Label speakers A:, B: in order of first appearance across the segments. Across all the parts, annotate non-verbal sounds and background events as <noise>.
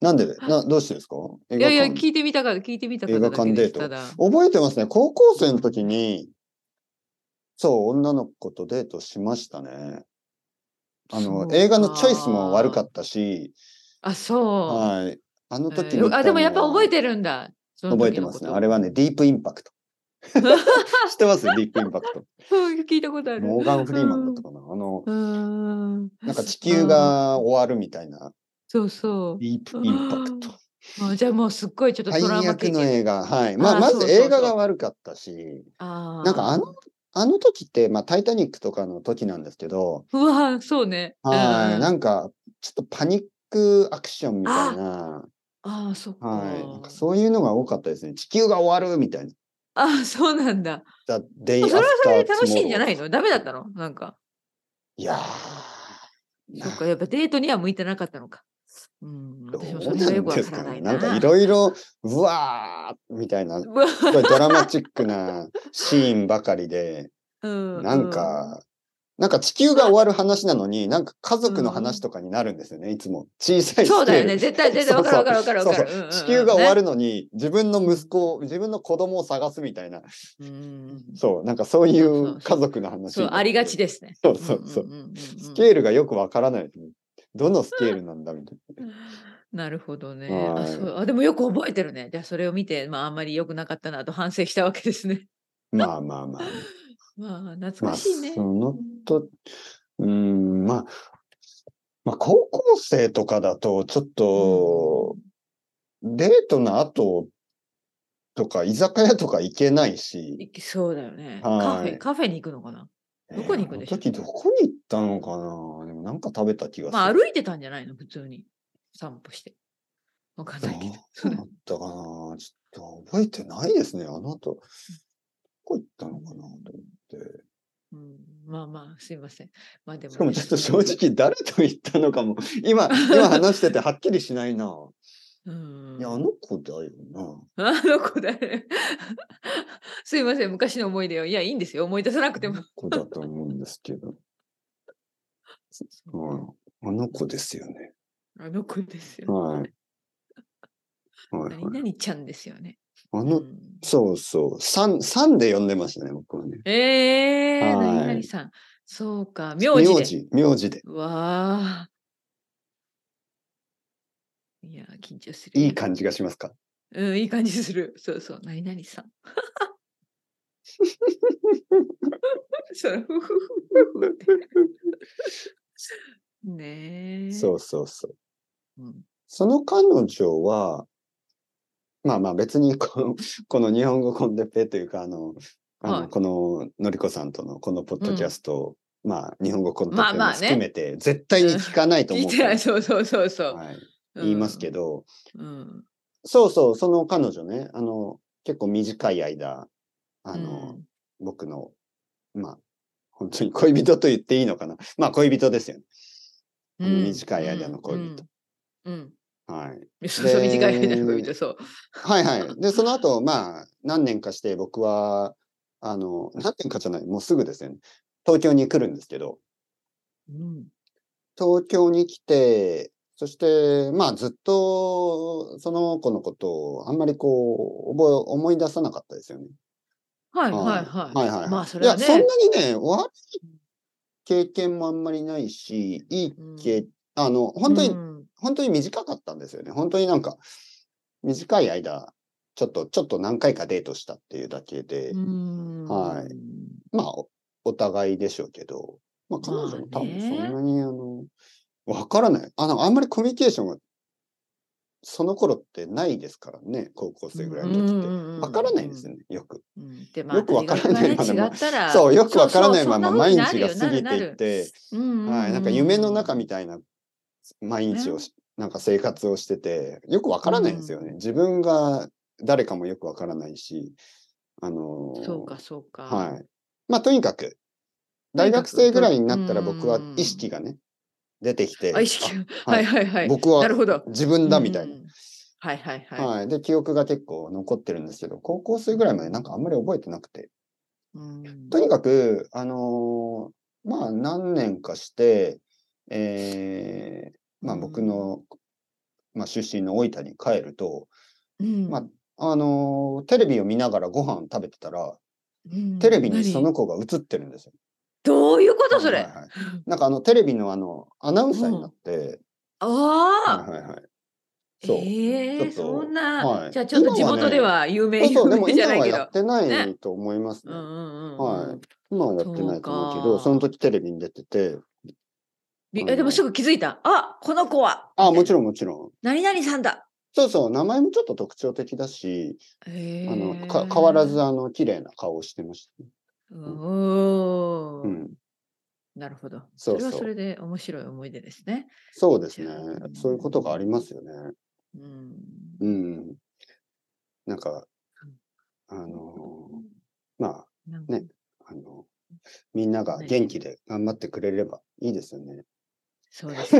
A: なんでなどうしてですか映
B: い
A: 画
B: や
A: 館
B: いや、聞いてみたから、聞いてみたからだけです。
A: 映画館
B: ただ、
A: 覚えてますね。高校生の時に、そう、女の子とデートしましたね。あ
B: そう
A: の、
B: か
A: 映画のチョイスも悪かったし、
B: あ、そう。
A: はい。あの
B: え
A: 時
B: ー
A: 見た
B: あ、でもやっぱ覚え
A: る
B: てるんだ。その時
A: 覚えてますね。
B: のこと
A: あれはね、ディープイン
B: <laughs>
A: パクト。知ってますディープインパクト。
B: うん聞いたことある。
A: モーガン・フリーマンだったかな。あの、
B: うーん。
A: なんか地球が終わるみたいな、
B: そうそ
A: ディープインパクト。
B: う。あじゃあもうすっごいちょっと
A: 最
B: トラウマ
A: 悪
B: 経
A: の
B: 験。
A: 映画。はい。まあ、まず
B: そうそうそう
A: 映画が悪かったし、
B: あー
A: なんかあの、あの時って、まあ、タイタニックとかの時なんですけど、
B: うわ、そうね。
A: はい。
B: あ
A: なんか、ちょっとパニックアクションみたいな、
B: あー、そっか。
A: はい。なんかそういうのが多かったですね。地球が終わるみたいな。
B: あーそうなんだ。
A: だデ
B: <laughs> それはそれで楽しいんじゃないいのダメだったのなんか。
A: いやー
B: そっか、やっぱデートには向いてなかったのか。うん、
A: ど
B: 私もそうれ
A: な
B: がよ
A: ん
B: くわ
A: で
B: か
A: す
B: ら
A: か
B: な
A: ね。
B: い
A: な
B: な。
A: んかいろいろ、うわーみたいな、す
B: <laughs> うわ
A: ごいドラマチックなシーンばかりで、
B: <laughs> うん
A: なんか、なんか地球が終わる話なのに、なんか家族の話とかになるんですよね、いつも。小さ
B: う
A: い
B: んそうだよね。
A: スケール
B: 絶対、絶対わかるわかるわかるわか
A: そうそう
B: る。
A: 地球が終わ
B: る。
A: るのに、自分の息子を、自分の子供を探すみたいな、
B: うん
A: そう、なんかそうい
B: そうそうう
A: 家族の話。
B: そう、ありがち
A: で。
B: ですね。
A: そうそうそう。
B: んんんんん
A: スケールがよくわからないですね。どのスケールなんだみたいな。
B: なるほどね。
A: は
B: あ
A: い
B: そうあでもよく覚えてるね。じゃあそれを見て、まあ、あんまり良くなかったなと反省したわけですね。 <laughs>
A: まあまあまあ。
B: まあ、懐
A: まあ、
B: かしいね。
A: そのと、うーん、まあ、まあ、高校生とかだと、ちょっと、デートの後とか、居酒屋とか行けないし、
B: いそうだよ
A: はい
B: ね。カフェ、カフェに行くのかな。どこに行くんでしょう
A: えーあの時どこに行ったのかなでもなんか食べた気がする。
B: まあ、歩いてたんじゃないの普通に。散歩して。わかんないけど。
A: どうだったかなちょっと覚えてないですね。あの後、どこ行ったのかなと思って。
B: <laughs> うん、まあまあ、すいません。まあでもね、
A: しかもちょっと正直誰と行ったのかも、今、今話しててはっきりしないな。
B: うん。
A: いや、あの子だよな。
B: <laughs> あの子だね。 <laughs> すいません、昔の思い出を。いや、いいんですよ。思い出さなくて
A: あ
B: も
A: の。子だと思うんですけど。うん、あの子ですよね。
B: あの子ですよ。
A: はい。はい、
B: 何
A: はい。
B: 々ちゃんですよね。
A: あ
B: う
A: の、
B: ん
A: そうそう。さん、さんで呼んでましたね、僕はね。
B: ええー、
A: はい
B: 何々さん。そうか、名字で。
A: 名字、名字で。
B: わあ。いや、緊張する。
A: いい感じがしますか
B: うん、いい感じする。そうそう、何々さん。 <laughs> そう、ふふふふふってねえ。
A: そうそうそう。
B: うん。
A: その彼女は、まあまあ別にこ <laughs> の、この日本語コンテッペというか、あの、あの
B: はい
A: こののりこさんとのこのポッドキャストを、まあ日本語コンテッ
B: ま
A: ペ
B: あ
A: も
B: まあね
A: 含めて、絶対に聞かないと
B: 聞
A: 思
B: いうて
A: か
B: な
A: ら
B: い、。そうそうそうそう。
A: はい。
B: うん
A: 言いますけ。ど、
B: うん。
A: そうそう、その彼女ね、あの、結構短い間、あ
B: あ
A: の、、僕の、まあ、本当に恋人と言っていいのかな。まあ、恋人ですよね。あの
B: うん
A: 短い間の恋人。
B: うん。うん
A: はい。
B: うんそうそう、
A: で
B: 短い間の恋人、そう。
A: はいはい。で、その後、まあ、何年かして僕は、あの、何年かじゃない、もうすぐですよね。東京に来るんですけど、
B: うん。
A: 東京に来て、そして、まあ、ずっと、その子のことを、あんまりこう、覚え、思い出さなかったですよね。
B: はいはいはい。
A: はいはいはい。
B: まあ、それはいね。
A: や、そんなにね、悪い経験もあんまりないし、いい経、あの、本当に、
B: うん
A: 本当に短かったんですよね。本当になんか、短い間、ちょっと、ちょっと何回かデートしたっていうだけで、
B: うん
A: はいまあ、おお互いでしょうけど、まあ、彼女も多分そんなに、あの、わからない。あの、あんまりコミュニケーションが、その頃ってないですからね、高校生ぐらいの時って。わからないですよね、よく。
B: うんでまあ
A: よくわからない
B: 大学がね違ったら
A: そう、よくわからないまま
B: そうそう
A: 毎
B: そんな風
A: 日
B: にな
A: が
B: るよ
A: 過ぎていっ、て、
B: なるなるうんうんうん
A: はい、なんか夢の中みたいな毎日をし、なんか生活をしてて、よくわからないんですよね。自分が誰かもよくわからないし、あのー
B: そうかそうか。
A: はい。まあ、とにかく、大学生ぐらいになったら僕は意識がね、出てきて、
B: あ意識
A: あ
B: は
A: はいい
B: はいはい。
A: 僕は
B: なるほど
A: 自分だみたいな。
B: うんうんはいはいはい。
A: はい。で、記憶が結構残ってるんですけど、高校生ぐらいまでなんかあんまり覚えてなくて。
B: うん
A: とにかく、あのーまあ何年かして、えーまあ
B: うん
A: 僕のまあ、出身の大分に帰ると、
B: うん
A: まあのーテレビを見ながらご飯食べてたら、
B: うん
A: テレビにその
B: 何
A: 子が映ってるんですよ。
B: どういうことそれ、
A: はいはいはいなんかあのテレビのあのアナウンサーになって、
B: ああ、
A: はいはいはい。そう。
B: え
A: ちょっ
B: ー、
A: と
B: そんな、
A: はい
B: じゃあちょっと地
A: 今はね
B: 元では有名、
A: そうそう、で
B: 有
A: も
B: 名じ
A: 今
B: ゃない
A: は
B: け
A: や
B: ど
A: っ。てな
B: ね
A: いと思います
B: う
A: ね。
B: んうんうんうん
A: はい今はやってないと思うけ
B: そう
A: ど、
B: か
A: その時テレビに出てて、
B: び
A: あの
B: えでもすぐ気づいた。あこの子は。
A: あもち
B: ろ
A: ろ
B: ん。
A: んもちろん。
B: 何々さんだ。
A: そうそう、名前もちょっと特徴的だし、
B: あ
A: あのか変わらず。あの綺麗な顔をしてましたね。
B: お
A: う
B: ー
A: ん、
B: なるほど。
A: そう
B: れは
A: そう
B: それで面白い思い出ですね。
A: そうですね
B: う。ん
A: そういうことがありますよね。
B: うん。
A: うん。なんか、あのまあ、
B: なん
A: ねあの、みんなが元気で頑張ってくれればいいですよね。
B: そうです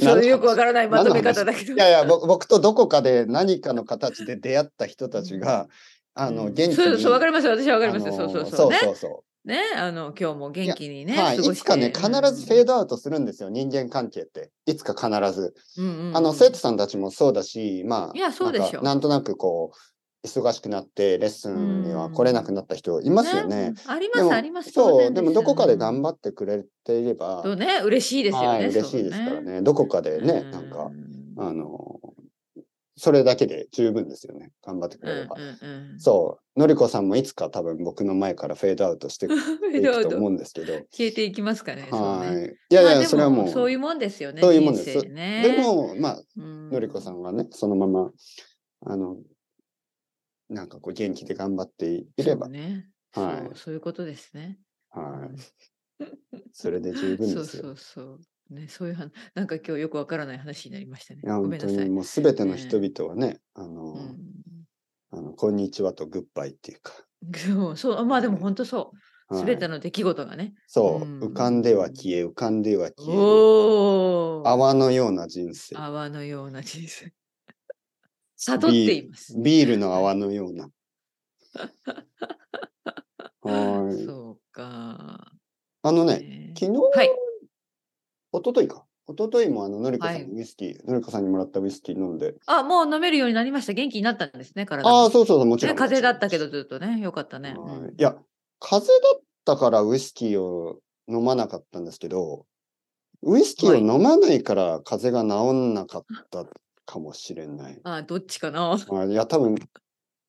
A: <laughs>
B: よそう。よくわからないまとめ方だけど。
A: いやいや、
B: <laughs>
A: 僕僕とどこかで何かの形で出会った人たちが、あ
B: う
A: の、
B: ん
A: 元気に。
B: そうそう、わかります。私はわかります。
A: あの
B: そうそう
A: そ
B: そうう。ね
A: そうそ
B: ね、あの、今日も元気に
A: う。
B: ね。
A: はい。
B: 過ご
A: い
B: し
A: つ
B: て
A: かね、必ずフェードアウトするんですよ、人間関係って。いつか必ず。
B: うんうんうん
A: あの、生徒さんたちもそうだし、まあ、
B: いやそうでしょ
A: なんか
B: う
A: なんとなくこう、忙しくなって、レッスンには来れなくなった人いますよね。。
B: ありま、
A: ですも
B: あります。
A: そう、でもどこかで頑
B: 張
A: 張ってくれていれば、
B: とね、嬉しいですよ
A: は
B: ね。
A: い、嬉しいですからね。どこか
B: そ
A: で
B: う。
A: ね、なんか
B: う、ん
A: あの、それだけで十分ですよね。頑張ってく
B: うん
A: れれば。
B: うんうん。
A: そう、のりこさんもいつか多分僕の前からフェードアウトしていく
B: <laughs> フェードアウ
A: と
B: ト
A: 思うんですけど。
B: 消えていきますかね。そう
A: は
B: ね
A: い。いやい
B: まあ
A: や、
B: で
A: それはもう。
B: そういうもんですよね。
A: そういうもんです
B: 人生ね、
A: で、も、まあ、の
B: の
A: りこさ
B: ん。
A: んがね、そのまま、あの、なんかこう元気で頑張っていれば、
B: そうね。
A: はい
B: そうそういうことですね。
A: は
B: うん
A: い。
B: <laughs>
A: それで十分
B: そ
A: で
B: う
A: すよ。
B: そうそう。ね、そういうはなんか今日よくわからない話になりましたね。
A: いや、
B: ご
A: 本
B: めん
A: 当
B: なさ
A: に
B: い。
A: もうすべての人々はね、あの、
B: う
A: あの、こんにちはとグッバイっていうか、
B: ん、そうそう、まあでも本当そう。
A: はい
B: すべての出来事がね。
A: そう、
B: うん
A: 浮かんでは消え、浮かんでは消える。
B: おお。
A: 泡のような人生。
B: 泡のような人生。 <laughs> 悟っています。
A: ビールの泡のような。
B: <laughs>
A: はい。
B: そうか。
A: あのね、
B: ね
A: 昨日、
B: はい。
A: 一昨日か。一昨日もあの、のりこさん
B: はい
A: にウイスキー、のりこさんにもらったウイスキー飲んで。
B: あ、もう飲めるようになりました。元気になったんですね、体も。
A: ああ、そうそうそう、もちろ
B: ね、
A: ん。
B: 風邪だったけ
A: ど
B: どずっとね、よかったね。うん
A: はいいや、風邪だったからウイスキーを飲まなかったんですけど、ウイスキーを飲まないから風邪が治んなかったかもしれない。
B: あ、どっちかな。
A: まあ、いや、多分、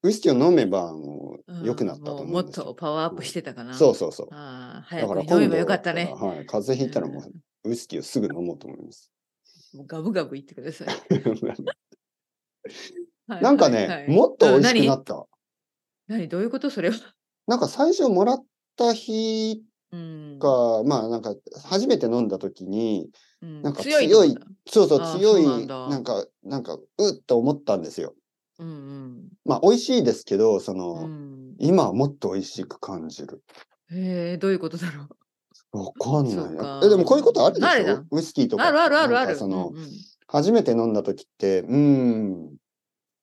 A: ウイスキーを飲めば、もう、良くなったと
B: うん
A: 思
B: も
A: う
B: うんもっ
A: ですよ。
B: とパワーアップしてたかな。
A: そうそうそう。
B: ああ、
A: だ
B: 早
A: か
B: く
A: ら
B: 飲めば
A: は
B: よかったね。
A: はい、風邪ひいたらも
B: うん
A: う、ウイスキーをすぐ飲もうと思い
B: <laughs>
A: ます。
B: もうガブガブいってください。はい
A: なんか
B: はいは
A: ね、
B: い
A: もっと美味し
B: う
A: く
B: ん
A: な
B: 何
A: った。
B: 何どういうことそれは。
A: なんか最初もらった日
B: うん。
A: か、まあなんか初めて飲んだ時に、
B: うん
A: なんか
B: と思
A: 強い
B: った
A: そうそ
B: あ
A: う
B: ー
A: 強い、
B: そうなんだ
A: なんか、なんか、うっと思ったんですよ。
B: うん
A: まあ美味しいですけど、そ
B: うん。う
A: の、
B: ん、
A: 今はもっと美味しく感じる。
B: へえ、どういうことだろう。
A: わかん
B: そう
A: な
B: か
A: い。え、でもこういうことあるで
B: ある
A: し
B: じゃ
A: ょ
B: ん
A: ウイスキーとか。
B: あるあるある
A: な
B: あ
A: んか
B: る。
A: その、
B: うんうん
A: 初めて飲んだ時って、うーん。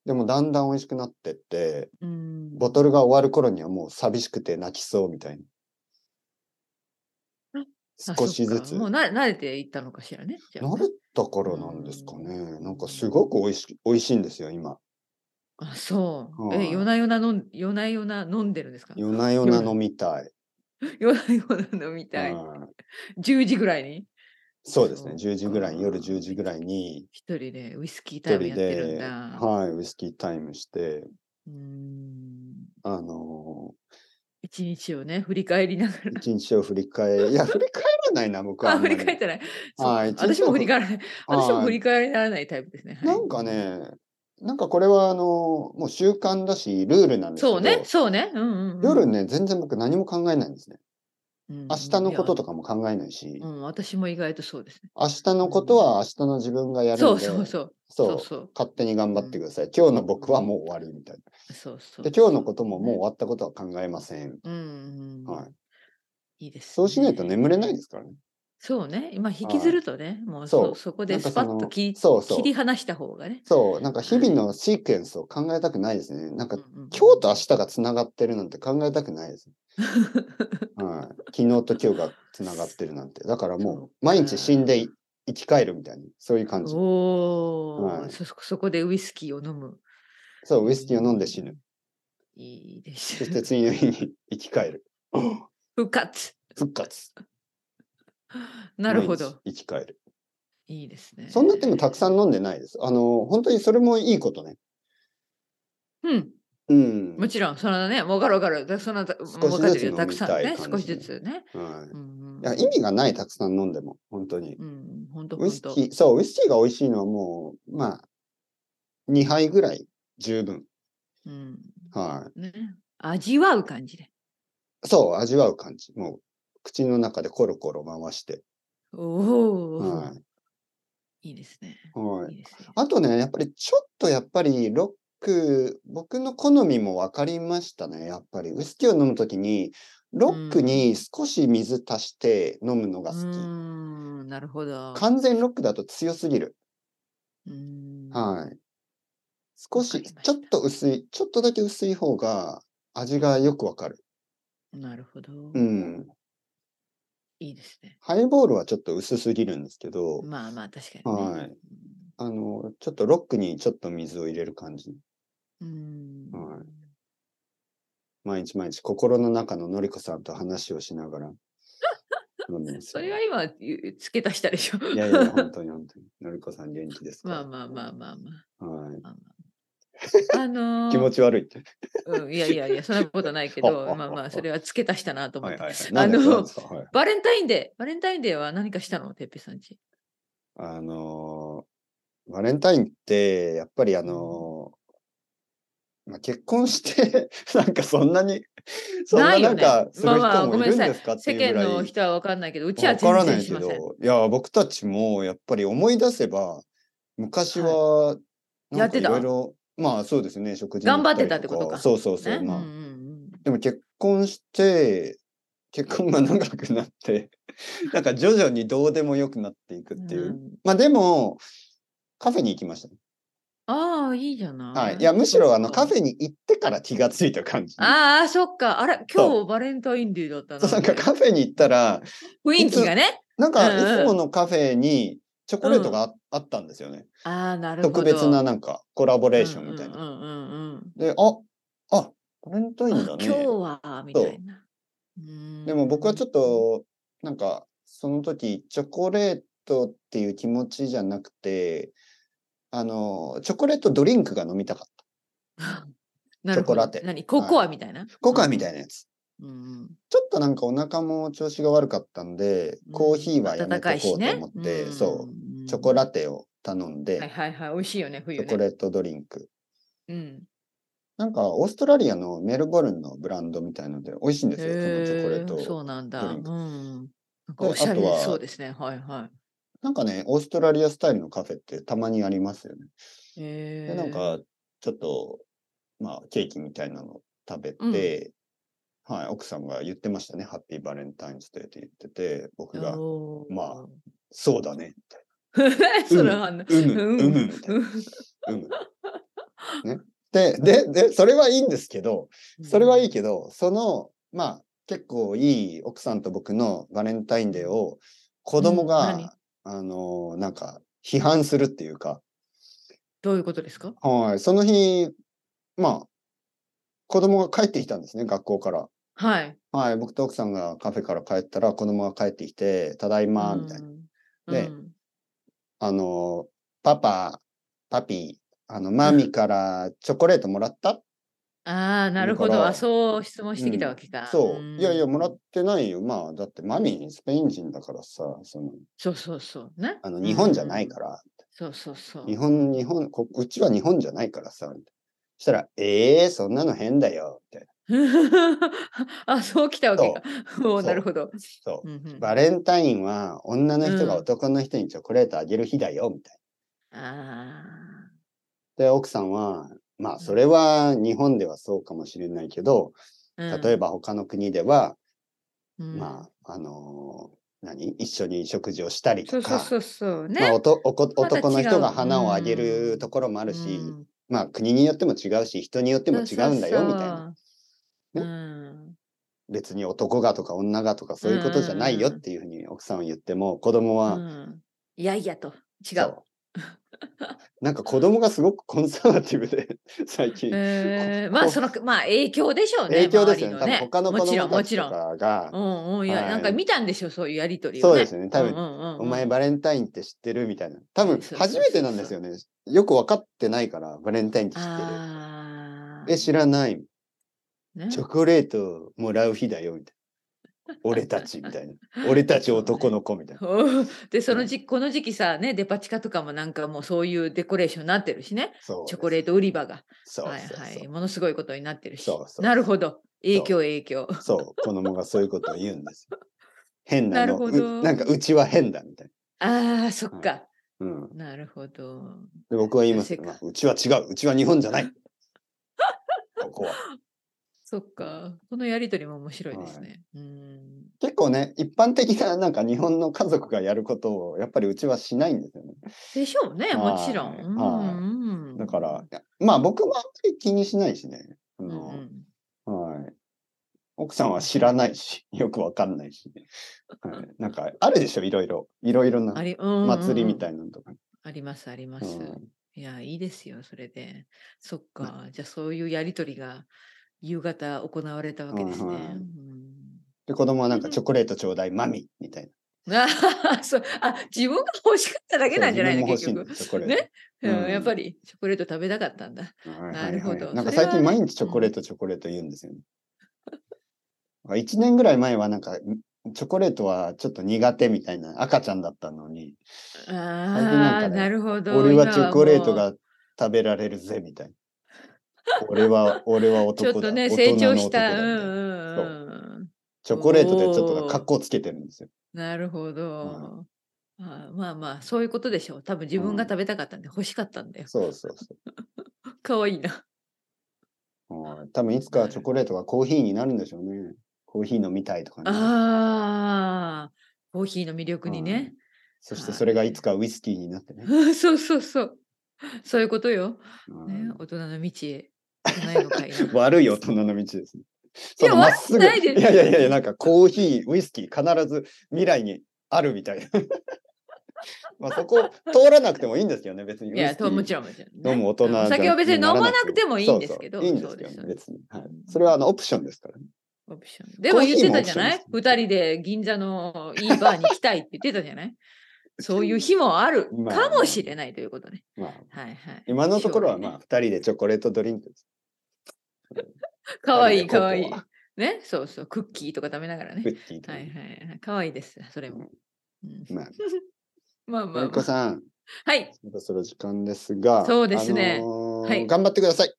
A: でもだんだん美味しくなってって、
B: うん
A: ボトルが終わる頃にはもう寂しくて泣きそうみたいな
B: あ。
A: 少しず
B: あ
A: つ。
B: そっかもうな慣れていったのかしらね。じゃあ
A: 慣れたからなんですかね。なんかすごく美味し美味しいんですよ、今。
B: あ、そう。
A: は
B: え、
A: い
B: 夜な夜な飲ん、夜な夜な飲んでるんですか
A: 夜な夜な飲みたい。
B: 夜な夜な飲みたい。
A: うん
B: 10時ぐらいに
A: そうですね、
B: そう
A: 10時ぐらい、
B: か
A: 夜10時ぐらいに、
B: 一人でウイスキータ
A: 一
B: イムや
A: 人
B: ってるん
A: で、
B: だ。
A: はい、ウイスキータイムして、
B: うーん
A: あの
B: 一日をね、振り返りなが
A: ー、一日を振り返、いや、振り返らない
B: <laughs>
A: な、僕は
B: ら。<laughs> あ、
A: あんま
B: 振
A: り。
B: り返ってない。そう
A: はい一日
B: 私も振り返らない。私も
A: はい
B: 振り返らないタイプですね。はい
A: なんか。ね、なんかこれは、あのーもう習慣だし、ルールなんですけど、
B: そうね、そうね。うんうんうん、
A: 夜ね、全然僕何も考えないんですね。
B: うんうん、
A: 明日のこと
B: と。
A: とかも考えないし、
B: うん、私も意外とそうですね。
A: 明日のことは明日の自分がやる
B: そ
A: ん
B: う
A: で、
B: そうそう。
A: そう
B: そうそう。
A: 勝手に頑張ってください。今日の僕はもう終わりみたい
B: そうそ
A: な。
B: う。
A: で、今日のことももう終
B: う。
A: わったことは考えません。
B: うん、うん。。
A: はい
B: いいです、ね。
A: そうしないと眠れないですからね。
B: そうね。今引きずるとね、もう
A: そう
B: そそこで
A: なんか
B: スパ
A: そ
B: ッ
A: の
B: と切り
A: そうそう
B: 切り離した方がね。
A: そう、なんか日々のシークエンスを考えたくないですね。なんか
B: うんうん
A: 今日と明日がつながってるなんて考えたくない
B: <laughs>
A: です。はい、昨日と今日がつながってるなんて。だからもう毎日死んでい生き返るみたいな、そういう感じ。
B: おお、
A: はい
B: そそこでウイスキーを飲む。
A: そう、ウイスキーを飲んで死ぬ。
B: いいで
A: そ
B: す
A: して。次の日に生き返る。
B: 復活。
A: 復活。
B: なるほど。
A: 毎日生き返る。
B: いいですね。
A: そんなでもたくさん飲んでないです。あの、本当にそれもいいことね。
B: うん。
A: うん。
B: もちろん、そのね、わかるわかる。だそのた、
A: 少し
B: わかってる
A: ずつ飲
B: よ
A: み
B: たくさん
A: たい
B: ね、
A: 感
B: 少し
A: じで
B: ずつね。
A: はい
B: うんうん
A: いや意味がない、たくさん飲んでも、本当に。
B: うん、本当
A: ウイ
B: 本
A: スキー、
B: 当。
A: そう、ウイスキーが美味しいのはもう、まあ、2杯ぐらい十分。
B: うん。
A: は
B: ね。味わう感じで。
A: い。そう、味わう感じ。もう、口の中でコロコロ回して。
B: おお、、
A: はい
B: いですね。
A: い。はい
B: い。いですね。
A: あとね、やっぱりちょっとやっぱりロック、僕の好みも分かりましたね、やっぱり。ウイスキーを飲むときに、ロックに少し水足して飲むの
B: う
A: が好き。
B: ーん、なるほど。
A: 完全ロックだと強すぎる。
B: うーん
A: はい。少
B: わか
A: し、
B: りました
A: ちょっと薄い、ちょっとだけ薄い方が味がよくわかる。
B: なるほど。
A: うん。
B: いいですね。
A: ハイボールはちょっと薄すぎるんですけど、
B: まあまあ、確かに、ね。
A: はい。あの、ちょっとロックにちょっと水を入れる感じ。
B: うーん。
A: はい毎日毎日心の中ののりこさんと話をしながら飲んでます
B: そ
A: よ
B: れは今、ゆ付け足したでしょ。
A: いやいや、本当に本当に。のりこさん元気ですか
B: まあまあま
A: <laughs>
B: あまあまあ。
A: あ。はい。
B: まあまあ、あのー
A: 気持ち悪いって。
B: うん、いやいやいや、そんなことないけ
A: は <laughs>
B: ど、
A: は
B: まあま
A: は
B: あ、それは付け足したなと思っ
A: はい
B: て。
A: はいはい。
B: あ
A: なんでなん
B: の
A: で、すかはい。
B: バレンタインデー、バレンタインデーは何かしたのてっぺいさんち。
A: あのーバレンタインって、やっぱりあのーまあ、結婚して、 <laughs> なんかそんなに、そんな
B: ないよ
A: なん
B: ね
A: かする
B: まあまあ
A: 人も
B: ご
A: い
B: めん
A: るん
B: なさい
A: ですかって
B: 世
A: いうぐ
B: 間
A: らい。
B: の人は分かんないけど、うちは
A: わから
B: 全
A: ない
B: 然し
A: け
B: ません。
A: ど、いや、僕たちもやっぱり思い出せば、昔は、なんかいろいろ、まあそうですね、食事に行
B: 頑張っ
A: り
B: てたってことか
A: そうそうそう、
B: ね
A: まあ、
B: うんうん
A: でも結婚して、結婚が長くなって、 <laughs> なんか徐々にどうでもよくなっていくっ
B: うん
A: ていう。
B: うん
A: まあでも、カフェに行きましたね。
B: ああ、いいじゃない。
A: はい。いや、むしろあのカフ
B: ェ。
A: ェに行ってから気がついた感じ。
B: ああ、そっか。あれ、
A: そう
B: 今日バレンタインデーだった
A: そう
B: な
A: なん
B: って。
A: かカフェに行ったら、
B: 雰囲気がね。
A: なんか
B: うんうん
A: いつものカフェにチョコレートがあ,、あったんですよね。
B: ああ、なるほど。
A: 特別な
B: ナ
A: なんかコラボレーションみたいな。
B: うんうんうんうん
A: で、ああバレンタインだ
B: あ今
A: ね
B: 日。は、みたいな。
A: でも僕はちょっと、
B: と。
A: なんか、その時、チョコレートっていう気持ちじゃなくて、あの、チョコレートドリンクが飲みたかっ
B: なる
A: チョコ
B: ほ
A: ラ
B: ど
A: テ。
B: 何ココアみたいな。
A: た。ココアみたいなやつ。
B: うんうん。
A: ちょっとなんかお腹も調子が悪かったんで、コーヒーはやめとこうと思って、そうう、チョコラ
B: テ。
A: テを頼んで、
B: はいはいはい。美味しいよね、冬
A: チ
B: ね。
A: ョコレートドリンク。
B: うん。
A: なんか、オーストラリアのメルボルンのブランドみたいので、美味しいんですよ、そのチョコレー
B: へえそ
A: ト。
B: うなん
A: ド
B: だ。う
A: リン
B: ん。
A: ク
B: なんか
A: で
B: おしゃれ
A: あとは
B: そうですね。はいは
A: なんかね、オーストラリアスタイルのカフェってたまにありますよね。
B: い。へ
A: で、
B: え
A: なん、か、ちょっと、まあ、ケーキみたいなの食べ
B: うん
A: て、はい、奥さんが言ってましたね。ハッピーバレンタインズデーって言ってて、僕が、
B: おー
A: まあ。そうだね。
B: <laughs> それはあんな、
A: うむ、うむ、みたいな。
B: <laughs>
A: うむ。ね。で、で、で、それはいいんですけど、それはいい
B: い。
A: けど、その、まあ、結構いい奥さんと僕のバレンタインデーを、子供
B: うん何
A: が、あの、なんか、批判するっていうか、
B: どういうことですか
A: はい、その日、まあ、子供が帰ってきたんですね、学校から。
B: はい。
A: はい、僕と奥さんがカフェから帰ったら、子供が帰ってきて、ただいま、みたいな。
B: な
A: であの、パパ、パピー、あの、マミからチョコレートもらった
B: ああ、なるほ
A: だか
B: ど。
A: ら
B: あ、そう質問してきたわけか。
A: そう。いやいや、もら
B: っ
A: ってないよ。まあ、だってマミ、スペイン人だからさ、その、
B: そうそうそう。ね。
A: あの、日本じゃない
B: ら。
A: から、
B: そうそうそう。
A: 日本、日本、こうちは日本じゃないからさ、みたいなしたら、ええー、そんなの変だよ、みたいな。
B: <laughs> あ、そうきたわけか。 <laughs> もうなるほど。
A: そう。
B: うんうん
A: バレンタインは女の人が男の人にチョコレートあげる日だよ、みたい
B: ああ。
A: な。で、奥さんは、まあ、それは日本ではそうかもしれないけど、
B: うん
A: 例え、ば他の国では、
B: うん
A: まあ、あのー何一緒に食事をしたりと
B: そうそ
A: か、
B: うそうそうね。
A: まあ、おとおこ
B: また違う
A: 男の人が花をあげるところもあ
B: あ
A: るし、まあ、国によっても違うし、人によっても違うんだよ、みたいな。。
B: そうそうそう
A: ね
B: うん
A: 別に男がとか女がとかそういうことじゃないよっていうふうに奥さんは言っても、子供は、
B: うんいやいやと。違う。
A: そうなんか子供がすごくコンサバティブで <laughs> 最近、
B: えー
A: こ
B: まあそのまあ影響でしょうね。
A: 影響ですよね
B: 周り
A: 多分他の
B: も
A: 子
B: ちろ
A: 供
B: んも
A: た
B: ち
A: ち
B: ろ
A: と
B: ん。
A: かが
B: うんうんいや、
A: はい
B: なんか見たんでしょそういうやりとりを、ね。
A: そうですね多分
B: うんうんうんうん
A: お前バレンタインって知ってるみたいな。多分
B: そうそうそう
A: 初めてなんですよね。よく分かってないから、バレンタインって知ってる。
B: あ
A: え、知らない。
B: ーね
A: チョコレートもらう日だよ、みたいな。俺たち、みたい
B: <laughs>
A: な。俺たち男の子、みたいな。
B: うんでその時期この時期さねデパ地下とかもなんかもうそういうデコレーションになってるしね
A: そう。
B: チョコレート売り場が
A: そう
B: はい
A: そう
B: はい
A: そう
B: ものすごいことになってるし
A: そうそうそう
B: なるほど影響影響
A: そう。子供がそういうことを言うん
B: <laughs>
A: ですよ。変なの。
B: なるほど
A: うなんかうちは変だ、みたい
B: あーそっか、
A: な。うん。
B: なるほど
A: で僕は言います
B: 世
A: よ、
B: 界
A: まあうちは違う。うちは日本じゃない。ここは。
B: そっかこのやりとりも面白いですね、うん
A: 結構ね、一般的ななんか日本の家族がやることを、やっぱりうちはしないんですよね。
B: でしょうねもちろん、
A: はい
B: うん
A: はい
B: うん
A: だから、いやまあ僕もあんまり気にしないしね。あ
B: うんう
A: の
B: ん
A: はい、奥さんは知らないし、 <laughs> よくわかんないし、はい。なんかあるでしょ、いろいろ。いろいろな
B: ありうんうん
A: 祭りみ
B: い
A: たいなのとか。
B: ありますありま
A: う
B: す、
A: ん
B: いや、いいですよ、それで。そっか、じゃあそういうやりとりが夕方行われたわけですね。
A: うんうん
B: う
A: で、子供はなんかチョコレートちょうだい、マミみたいな。
B: ん、あそうあ自分が欲しかっただけなんじゃないの
A: そう
B: 結
A: 自分も
B: 局
A: 欲しいん。ですチョコレート。
B: ね、うん
A: うん
B: やっぱりチョコレート食べたかったんだ。
A: はいはい
B: なるほど
A: はいなんか
B: そ
A: 最
B: れは
A: 近
B: ね
A: 毎日チョコレート、チョコレート言うんですよね。1年ぐらい前はなんか、チョコレートはちょっと苦手みたいな赤ちゃんだったのに、なん
B: ああ、
A: かね
B: なるほど。
A: 俺は
B: 今
A: チョコレー
B: も
A: ト
B: う
A: が食べられるぜみたいな。俺
B: <laughs>
A: は俺は
B: ちょっ
A: 男だ。
B: とね、
A: 大人
B: 成
A: の
B: 長した。
A: 男だみたい
B: うん
A: な
B: うんうん。
A: チョコレートでちょっ
B: お
A: と
B: ー
A: 格好つけてるんですよ。
B: なるほど。あまあまあ、そういうことでしょう。多分自分が
A: うん
B: 食べたかったんで、欲しかったんだよ。 <laughs>
A: そうそうそ
B: かわいいな。
A: う。はい多分いつかチョコレートがコーヒーになるんでしょうね。コーヒー飲みたいとかね。
B: ああ、コーヒーの魅力にね。
A: そしてそれがいつかウイスキーになってね。
B: <laughs> そうそうそう。そういうことよ。
A: う
B: ね
A: ん、
B: 大人の道へ。行かないのかいな
A: <laughs> 悪い大人の道ですね。
B: い
A: そ
B: や
A: のまっすぐい
B: 悪くないです
A: やいやいや、なんかコーヒー、ウイスキー必ず未来にあるみたいな。 <laughs> まあそこ通らなくてもいいんですよね、別に。
B: いや、ともち
A: ろん。
B: ろんもちろんね、
A: 飲む大人じゃ
B: お酒は別に飲まなくてもいいんですけど。
A: そうそういいんですけど
B: そう
A: ね、
B: よ
A: 別に、はい
B: うん。
A: それはあのオプションですからね。
B: オプションでも言ってたじゃな
A: コーヒーもオプ
B: い
A: ションです
B: 二人で銀座のいいバーに行きたいって言ってたじゃ
A: <laughs>
B: ないそういう日もある
A: まあ
B: かもしれないということね。
A: まあ、
B: はいはい。
A: 今のところはまあ
B: 将来ね
A: 二人でチョコレートドリンクです。
B: かわいい
A: 二人でココア
B: かわいい。ね、そうそう、クッキーとか食べながらね
A: ク。ッキーと
B: は
A: か
B: い
A: ね。
B: はいはい。可愛いです、それも。うん
A: まあ、
B: まあま
A: の
B: あ、
A: りこ
B: まあ。
A: さん、
B: はい。
A: そろそろ時間ですが、
B: そうですね
A: あのー
B: はい
A: 頑張ってください。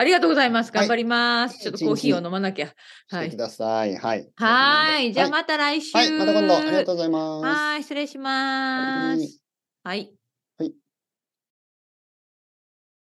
B: ありがとうございます。
A: はい
B: 頑張ります。ちょっとコーヒーを飲まなきゃ。
A: し
B: は
A: て
B: い
A: く。ださい。はい。
B: はーい。じゃあ
A: はい
B: また来週。
A: はい、また今度ありがとうご
B: う
A: ざいます。
B: はい。失礼します。はい。